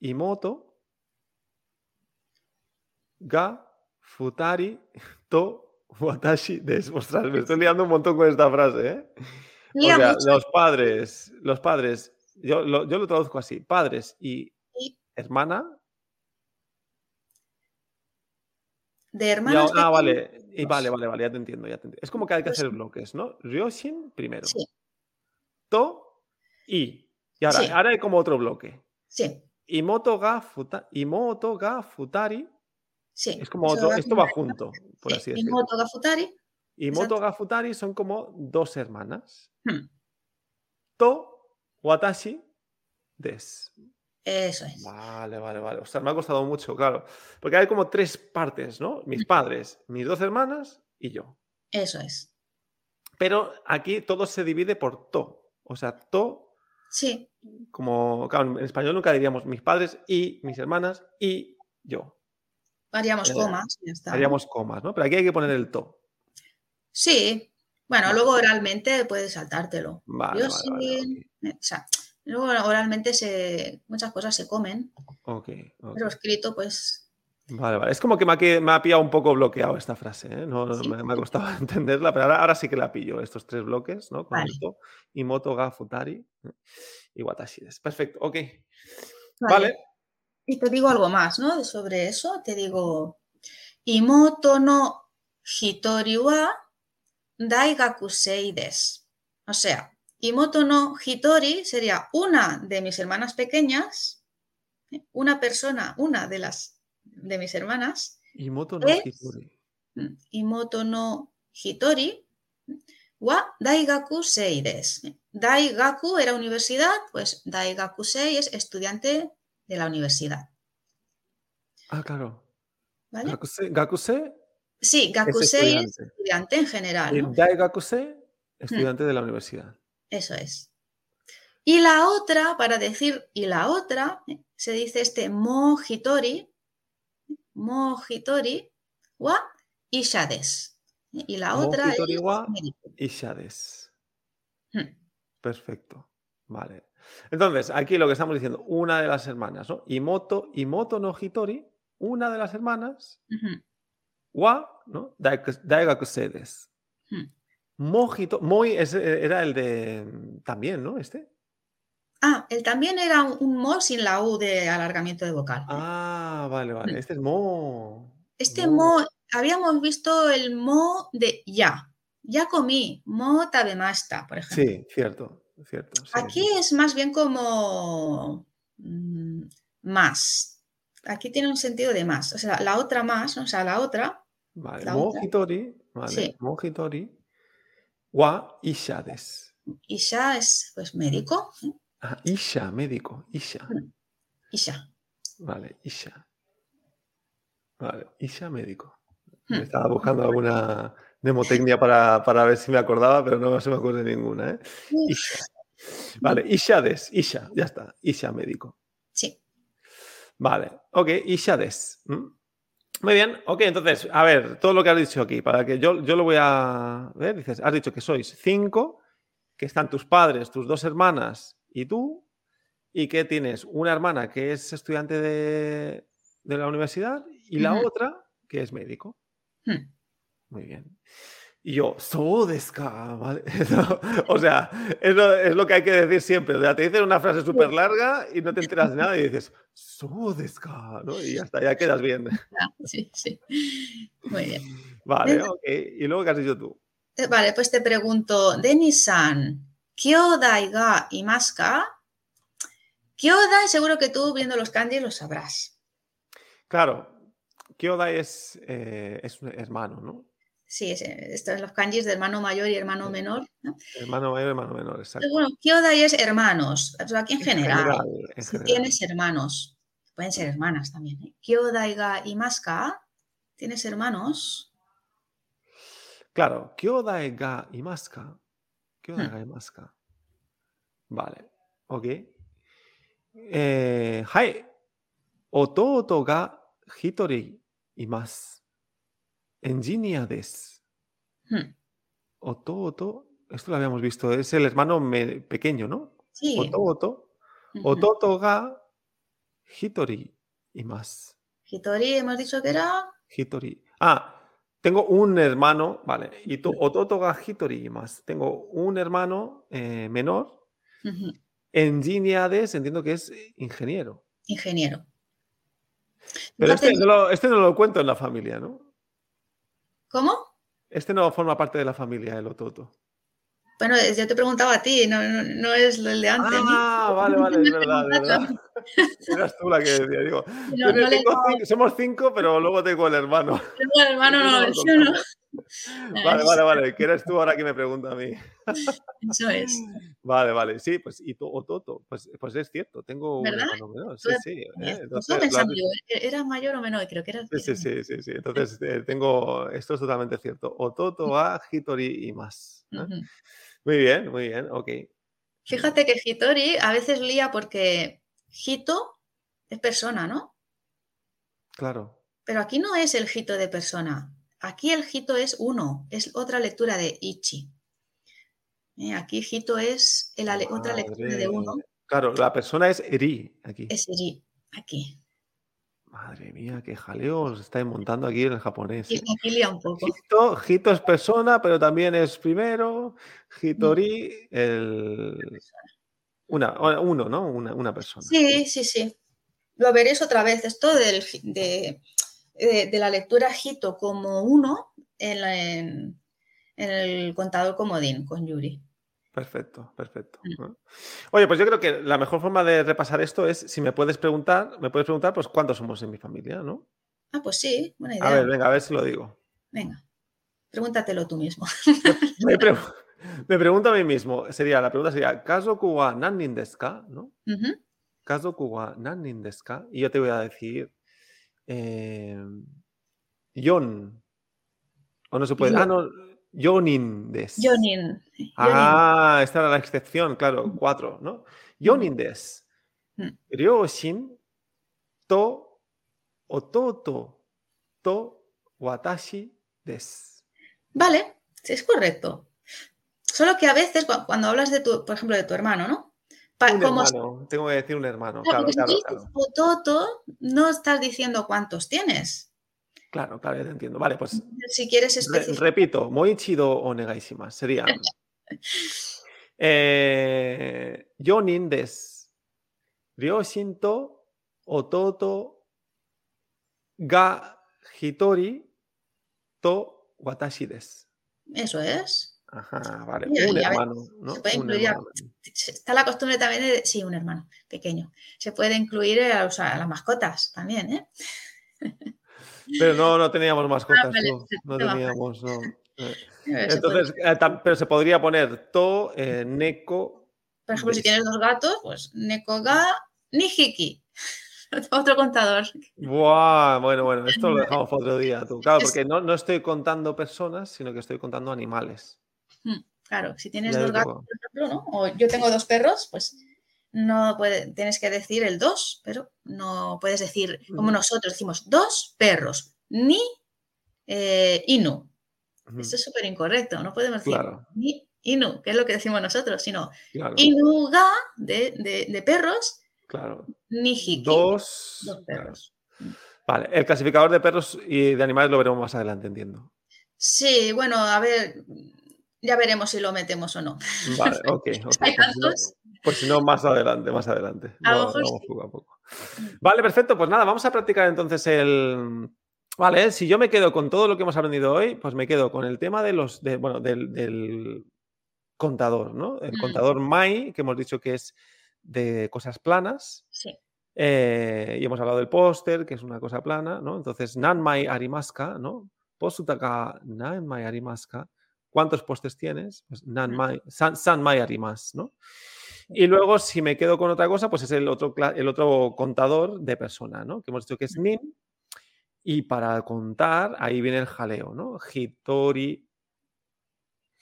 Imoto ga futari to watashi des. Ostras, me estoy liando un montón con esta frase, ¿eh? O Lía sea, mucho. los padres, los padres, yo lo, yo lo traduzco así, padres y Y- hermana. de y ahora- ah, hermanas pequeñas, vale, y dos. vale, vale, vale, ya te entiendo, ya te entiendo. Es como que hay que hacer Ryoshin. bloques, ¿no? Ryoshin primero, Pues Sí, to y. Y ahora, Sí. ahora hay como otro bloque. sí, Imoto ga, futa- imoto ga futari. sí. Es como Eso otro, va esto va junto, por sí, así decirlo. Imoto ga futari. Imoto ga futari son como dos hermanas. Hmm. To watashi des. Eso es. Vale, vale, vale. O sea, me ha costado mucho, claro. Porque hay como tres partes, ¿no? Mis padres, mis dos hermanas y yo. Eso es. Pero aquí todo se divide por to. O sea, to, Sí, como claro, en español nunca diríamos mis padres y mis hermanas y yo. haríamos Eh, comas. y Ya está. Haríamos comas, ¿no? Pero aquí hay que poner el to. Sí, bueno, Vale. luego oralmente puedes saltártelo. Vale, Yo vale, sí, vale, eh, o sea, luego oralmente se, muchas cosas se comen, ok. ok, ok. pero escrito pues Vale, vale. Es como que me ha, que- me ha pillado un poco bloqueado esta frase, ¿eh? No, no, Sí. me, me ha costado entenderla, pero ahora, ahora sí que la pillo, estos tres bloques, ¿no? Con Vale. el to, Imoto, ga, futari ¿eh? y watashi des. Perfecto, ok. Vale. Y te digo algo más, ¿no? Sobre eso, te digo, Imoto no Hitori wa Daigakusei des. O sea, Imoto no Hitori sería una de mis hermanas pequeñas, ¿eh? una persona, una de las de mis hermanas. Imoto no Es- Hitori. Imoto no Hitori wa Daigaku Sei des. Daigaku era universidad, pues Daigaku Sei es estudiante de la universidad. Ah, claro. ¿vale? Gakuse, Gakuse Sí, Ah, es Gakusei es estudiante. estudiante en general, ¿no? Y Dai Gakuse, estudiante Hmm. de la universidad. Eso es. Y la otra, para decir y la otra, ¿eh? se dice este mojitori, mojitori wa ishades. Y la otra es Mojitori wa médico. Y Shades. Hmm. Perfecto. Vale. Entonces, aquí lo que estamos diciendo, una de las hermanas, ¿no? Imoto, Imoto no Hitori, una de las hermanas, Ujú. wa, ¿no? Daiku- Daigakusedes. Hmm. Mojito, Moi es- eh, era el de mm, también, ¿no? Este. Ah, él también era un, un mo sin la u de alargamiento de vocal. Ah, vale, vale. Hmm. Este es Mo. este mo. mo, habíamos visto el mo de ya. Ya comí, mo tabemasta, por ejemplo. Sí, cierto, cierto. sí, Aquí sí. es más bien como mm, más. Aquí tiene un sentido de más. O sea, la otra más, ¿no? o sea, la otra. Vale, la otra. Mojitori, vale. Sí. Mojitori, wa Ishades. Isha es pues médico. ¿eh? Ah, Isha, médico, Isha. Isha. Vale, Isha. Vale, Isha médico. Hmm. Me estaba buscando alguna mnemotecnia para, para ver si me acordaba, pero no se me acuerdo de ninguna. ¿eh? Uy, Isha. Vale, Ishades, Isha, ya está, Isha médico. Sí. Vale, ok, Ishades. ¿m? Muy bien, ok, entonces, a ver, todo lo que has dicho aquí, para que yo, yo lo voy a ver, dices, has dicho que sois cinco, que están tus padres, tus dos hermanas y tú, y que tienes una hermana que es estudiante de, de la universidad y la Ujú. otra que es médico. Hmm. Muy bien. Y yo, Sodeska, ¿vale? Eso, o sea, es lo, es lo que hay que decir siempre. O sea, te dicen una frase súper larga y no te enteras de nada y dices, Sodeska, ¿no? Y ya está, ya quedas bien. Ah, sí, sí. Muy bien. Vale, Venga. ok. Y luego, ¿qué has dicho tú? Eh, Vale, pues te pregunto, Denisan, Kyodai ga imasu ka? Kyodai, seguro que tú viendo los kanji lo sabrás. Claro, Kyodai es, eh, es un hermano, ¿no? Sí, es, eh, esto en los kanjis de hermano mayor y hermano Sí. menor. ¿no? Hermano mayor, hermano menor, exacto. Pero Bueno, Kyodai es hermanos, pero aquí en general. en si general. tienes hermanos, pueden ser hermanas también. ¿eh? Kyodai ga imaska, ¿tienes hermanos? Claro, Kyodai ga imaska. Kyodai Hmm. ga imaska. Vale, ok. Eh, hai. Ototo ga hitori imasu. Engineer des. Hmm, Ototo, esto lo habíamos visto, es el hermano me- pequeño, ¿no? Sí. Hm, Ototo. ujú. Ototo ga hitori imasu. Hitori hemos dicho que era. Hitori. Ah, tengo un hermano, vale. Y tú, Mm. Ototo ga Hitori más. Tengo un hermano eh, menor. ujú, Engineades, entiendo que es eh, ingeniero. Ingeniero. Pero No este tengo- no, lo, este no lo cuento en la familia, ¿no? ¿Cómo? Este no forma parte de la familia, el Ototo. Bueno, es- yo te preguntaba a ti, no, no- no es el de antes. ¿no? Ah, vale, vale, es verdad, es verdad. Eras tú la que decía, digo. No, no tiene- le- tengo cinco- somos cinco, pero luego tengo el hermano. tengo al hermano, no, no lo eso contaba. no. Vale, vale, vale. Que eres tú ahora que me pregunta a mí. Eso es. Vale, vale, sí, pues y to- o Toto, pues, pues es cierto, tengo un ¿Verdad? hermano menor, sí, Tú- sí, ¿eh? Lo entonces, estaba lo has pensando dicho- yo, ¿e- ¿era mayor o menor? Creo que era. sí, sí, sí, sí, sí, entonces eh, tengo, esto es totalmente cierto, o Toto, a Hitori y más. ¿eh? Ujú. Muy bien, muy bien, ok. Fíjate que Hitori a veces lía porque Hito es persona, ¿no? Claro, Pero aquí no es el hito de persona. Aquí el hito es uno, es otra lectura de Ichi. Eh, Aquí hito es el ale- otra lectura de uno, Madre. claro, la persona es Eri aquí. es Iri. Aquí. Madre mía, qué jaleo os estáis montando aquí en el japonés. ¿eh? Y Aquí lía un poco. Hito, Hito es persona, pero también es primero. Mm. Hitori, el... Una, uno, ¿no? Una, una persona. Sí, sí, sí. Lo veréis otra vez. Esto del hi- de, eh, de- de la lectura hito como uno en, la- en- en el contador comodín con Yuri. Perfecto, perfecto. ¿no? Oye, pues yo creo que la mejor forma de repasar esto es si me puedes preguntar, me puedes preguntar, pues cuántos somos en mi familia, ¿no? Ah, pues sí, buena idea. A ver, venga, a ver si lo digo. Venga, pregúntatelo tú mismo. Me, pre- me pregunto a mí mismo, sería, la pregunta sería, ¿caso kuwa nannin desu ka? ¿No? Ujú. ¿Caso kuwa nannin desu ka? Y yo te voy a decir, eh, yon. O no se puede. Yo- Ah, no, yonin desu. Jonin. Jonin. Ah, esta era la excepción, claro, cuatro, ¿no? Yonin des. Mm. Ryoshin to ototo to watashi des. Vale, sí, es correcto. Solo que a veces cu- cuando hablas de tu, por ejemplo, de tu hermano, ¿no? Pa- Un Ah, como hermano, tengo que decir un hermano, claro, Claro, porque claro, si dices claro. pototo, no estás diciendo cuántos tienes. Claro, claro, ya te entiendo. Vale, pues Si quieres re- especificar. repito, moichido onegaishimasu. Sería eh, yonin des. Ryoshin to ototo ga hitori to watashi des. Eso es. Ajá, vale. Mira, Un ya ves, hermano, ¿no? se puede Un incluir a- hermano. Se- Está la costumbre también de. Sí, un hermano pequeño. Se puede incluir a, los- a las mascotas también, ¿eh? Pero no, no teníamos mascotas, Ah, vale, no. No te bajas. teníamos, no. Eh, Se puede- Entonces, eh, tam- pero se podría poner to, eh, neko. por ejemplo, si tienes dos gatos, pues Nekoga Nijiki. Otro contador. Buah, bueno, bueno, esto lo dejamos para otro día, tú. Claro, porque no, no estoy contando personas, sino que estoy contando animales. Claro, si tienes Ya dos lo gatos, tengo. por ejemplo, ¿no? O yo tengo dos perros, pues no puede, tienes que decir el dos, pero no puedes decir, como Mm. nosotros decimos, dos perros, ni eh, inu. Ujú, Esto es súper incorrecto, no podemos decir Mm. Claro, ni inu, que es lo que decimos nosotros, sino claro, inuga de, de- de perros, claro. ni hiki. Dos. dos perros. Vale, el clasificador de perros y de animales lo veremos más adelante, entiendo. Sí, bueno, a ver, ya veremos si lo metemos o no. Vale, ok. ok, pues Hay no- tantos. Pues si no, más adelante, más adelante. A lo Lo- lo mejor vamos sí. poco a poco. Vale, perfecto. Pues nada, vamos a practicar entonces el. Vale, si yo me quedo con todo lo que hemos aprendido hoy, pues me quedo con el tema de los. de- bueno, del, del contador, ¿no? El Mm. contador Mai, que hemos dicho que es de cosas planas. Sí. Eh, y hemos hablado del póster, que es una cosa plana, ¿no? Entonces, nanmai arimaska, ¿no? Posutaka nanmai arimaska. ¿Cuántos postes tienes? Pues nanmai, san, sanmai arimas, ¿no? Y luego, si me quedo con otra cosa, pues es el otro, cla- el otro contador de persona, ¿no? Que hemos dicho que es nin. Y para contar, ahí viene el jaleo, ¿no? Hitori.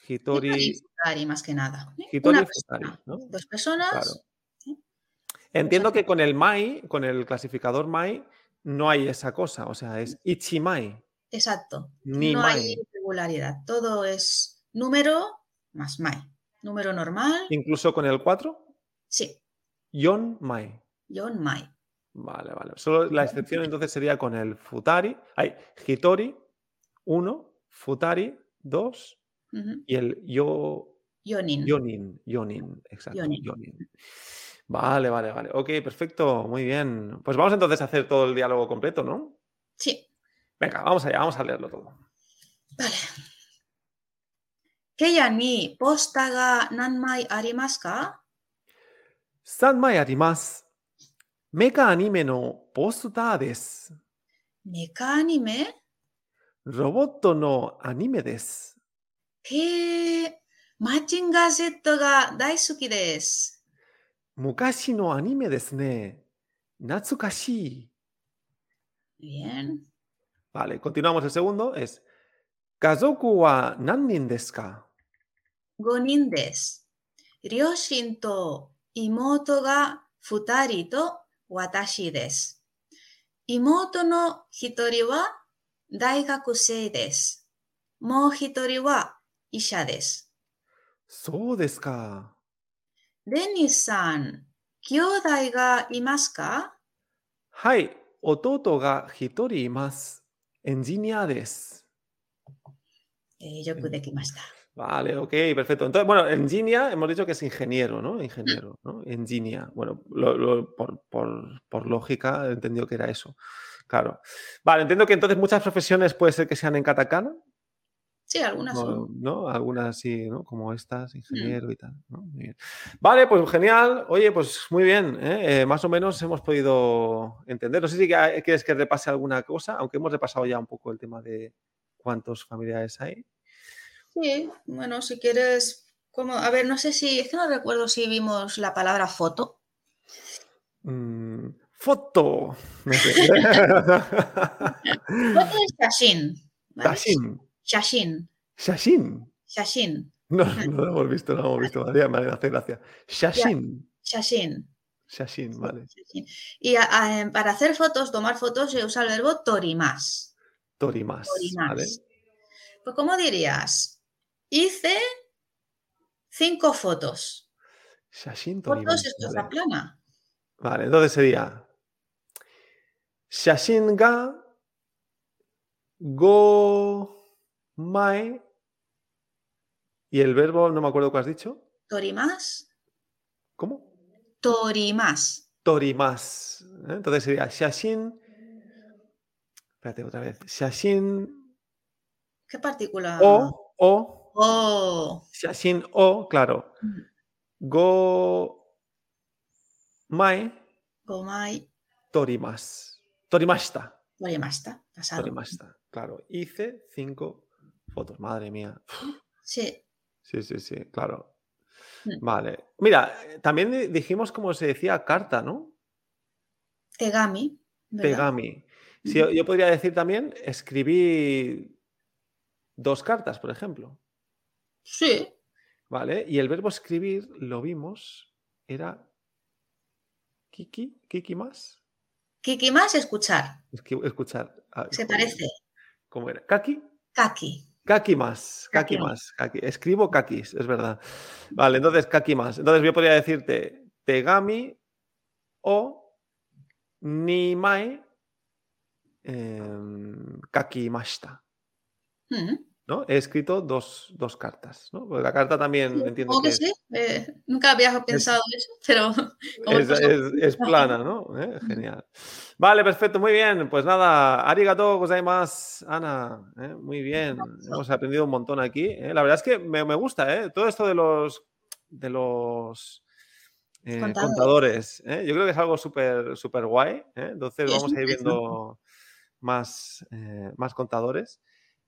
Hitori. Ari, más que nada. ¿eh? Hitori Una futari, persona, ¿no? dos personas. Claro. Entiendo que con el mai, con el clasificador mai, no hay esa cosa. O sea, es ichimai, Exacto. ni no mai. hay irregularidad. Todo es número más mai. Número normal, Incluso con el 4, sí. yon mai. Yon mai. Vale, vale. Solo la excepción entonces sería con el futari. Hay hitori, 1, futari, 2, Ujú. y el yo, Yonin. yonin. Yonin, exacto. Yonin. yonin. Vale, vale, vale. Ok, perfecto. Muy bien. Pues vamos entonces a hacer todo el diálogo completo, ¿no? Sí. Venga, vamos allá, vamos a leerlo todo. Vale. Keya ni posta ga nanmai arimasu ka? 3枚あります。メカアニメのポスターです。 Meka anime? ロボットのアニメです。 He. Matching Gazette ga daisuki desu. 昔のアニメですね。懐かしい。 Bien. Vale, continuamos el segundo. Es Kazoku wa nannin desu ka? Gonin desu. Ryoshin to imoto ga futari to watashi desu. Imoto no hitori wa daigakusei desu. Mou hitori wa isha desu. そうですか。 Denis-san, kyodai ga imasu ka? はい、弟が一人います。エンジニアです。 Eh, yoku dekimashita. Vale, ok, perfecto. Entonces, bueno, engineer hemos dicho que es ingeniero, ¿no? Ingeniero, ¿no? Engineer. Bueno, lo- lo- por, por- por lógica he entendido que era eso. Claro. Vale, entiendo que entonces muchas profesiones puede ser que sean en katakana. Sí, algunas. Como, son. ¿no? Algunas sí, ¿no? Como estas, ingeniero y tal. ¿no? Muy bien. Vale, pues genial. Oye, pues muy bien. ¿eh? Eh, más o menos hemos podido entender. No sé si que- quieres que repase alguna cosa, aunque hemos repasado ya un poco el tema de cuántos familiares hay. Sí, bueno, si quieres. Como, a ver, no sé si. Es que no recuerdo si vimos la palabra foto. Mm, foto. No sé. Foto es Shashin. ¿vale? Shashin. Shashin. Shashin. Shashin. No, no lo hemos visto, no lo hemos visto. María, me hace gracia. Shashin. Shashin. Shashin, vale. Shashin. Y a- a, em, para hacer fotos, tomar fotos, se usa el verbo torimas. Torimas. Torimas. ¿vale? Pues, ¿cómo dirías? Hice cinco fotos. Shashin Torimas. Fotos es vale. cosa plana. Vale, entonces sería Shashin ga go mai y el verbo, no me acuerdo qué has dicho. Torimas. ¿Cómo? Torimas. Torimas. ¿eh? Entonces sería Shashin. Espérate otra vez. Shashin ¿Qué partícula? o o Oh. Shashin o, claro. Mm. Go mai oh Gomai. torimas. Torimashita. Torimasta. Pasado. Torimasta, claro. Hice cinco fotos, madre mía. Sí. Sí, sí, sí, claro. Mm. Vale. Mira, eh, también di- dijimos como se decía carta, ¿no? Tegami. ¿verdad? Tegami. Sí, yo, Ujú. yo podría decir también, escribí dos cartas, por ejemplo. Sí. Vale. Y el verbo escribir, lo vimos, era kiki, kiki más. Kiki más escuchar. Esqui- Escuchar. Ah, Se joder, parece. ¿Cómo era? Kaki. Kaki. Kaki más, kaki Kaki más, kaki. Escribo kakis, es verdad. Vale, entonces kaki más. Entonces yo podría decirte tegami o nimai em, kakimashita. Mm. ¿no? He escrito dos, dos cartas, ¿no? Porque la carta también entiendo Supongo que, que sí. eh, nunca había pensado eso, pero como es, el paso- es- es plana, ¿no? Eh, Genial. Vale, perfecto, muy bien. Pues nada, arigato gozaimasu, Ana. eh, Muy bien, hemos aprendido un montón aquí. eh. La verdad es que me, me gusta, ¿eh? Todo esto de los, de los eh, Contadores. contadores. eh, Yo creo que es algo súper, súper guay. eh. Entonces Sí, es vamos a ir interesante. viendo más, eh, más contadores.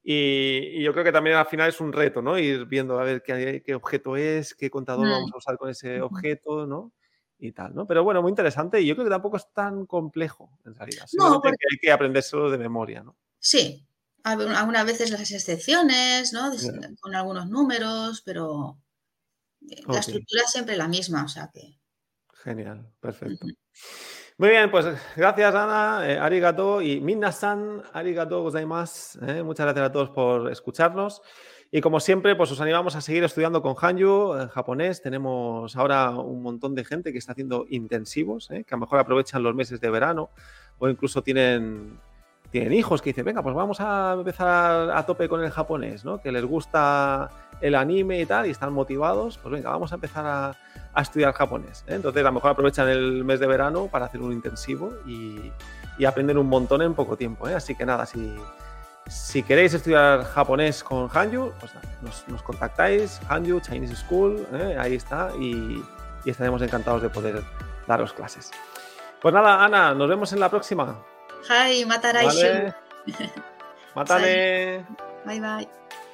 Y, y yo creo que también al final es un reto, ¿no? Ir viendo a ver qué, qué objeto es, qué contador Mm. vamos a usar con ese Ujú. objeto, ¿no? Y tal, ¿no? Pero bueno, muy interesante y yo creo que tampoco es tan complejo en realidad. Simplemente porque- que hay que aprendérselo de memoria, ¿no? Sí, a ver, algunas veces las excepciones, ¿no? Des- Ya. Con algunos números, pero eh, Ok. la estructura es siempre la misma, o sea que Genial, perfecto. Ujú. Muy bien, pues gracias Ana, eh, arigato y minna-san, arigato gozaimasu. eh, muchas gracias a todos por escucharnos. Y como siempre, pues os animamos a seguir estudiando con Hanyu, eh, japonés. Tenemos ahora un montón de gente que está haciendo intensivos, eh, que a lo mejor aprovechan los meses de verano o incluso tienen, tienen hijos que dicen, venga, pues vamos a empezar a tope con el japonés, ¿no? Que les gusta el anime y tal y están motivados, pues venga, vamos a empezar a, a estudiar japonés. ¿eh? Entonces, a lo mejor aprovechan el mes de verano para hacer un intensivo y, y aprender un montón en poco tiempo. ¿eh? Así que nada, si, si queréis estudiar japonés con Hanyu, pues nada, nos, nos contactáis, Hanyu Chinese School, ¿eh? ahí está, y, y estaremos encantados de poder daros clases. Pues nada, Ana, nos vemos en la próxima. Hai, Mataraishu, ¿vale? Matane. bye bye.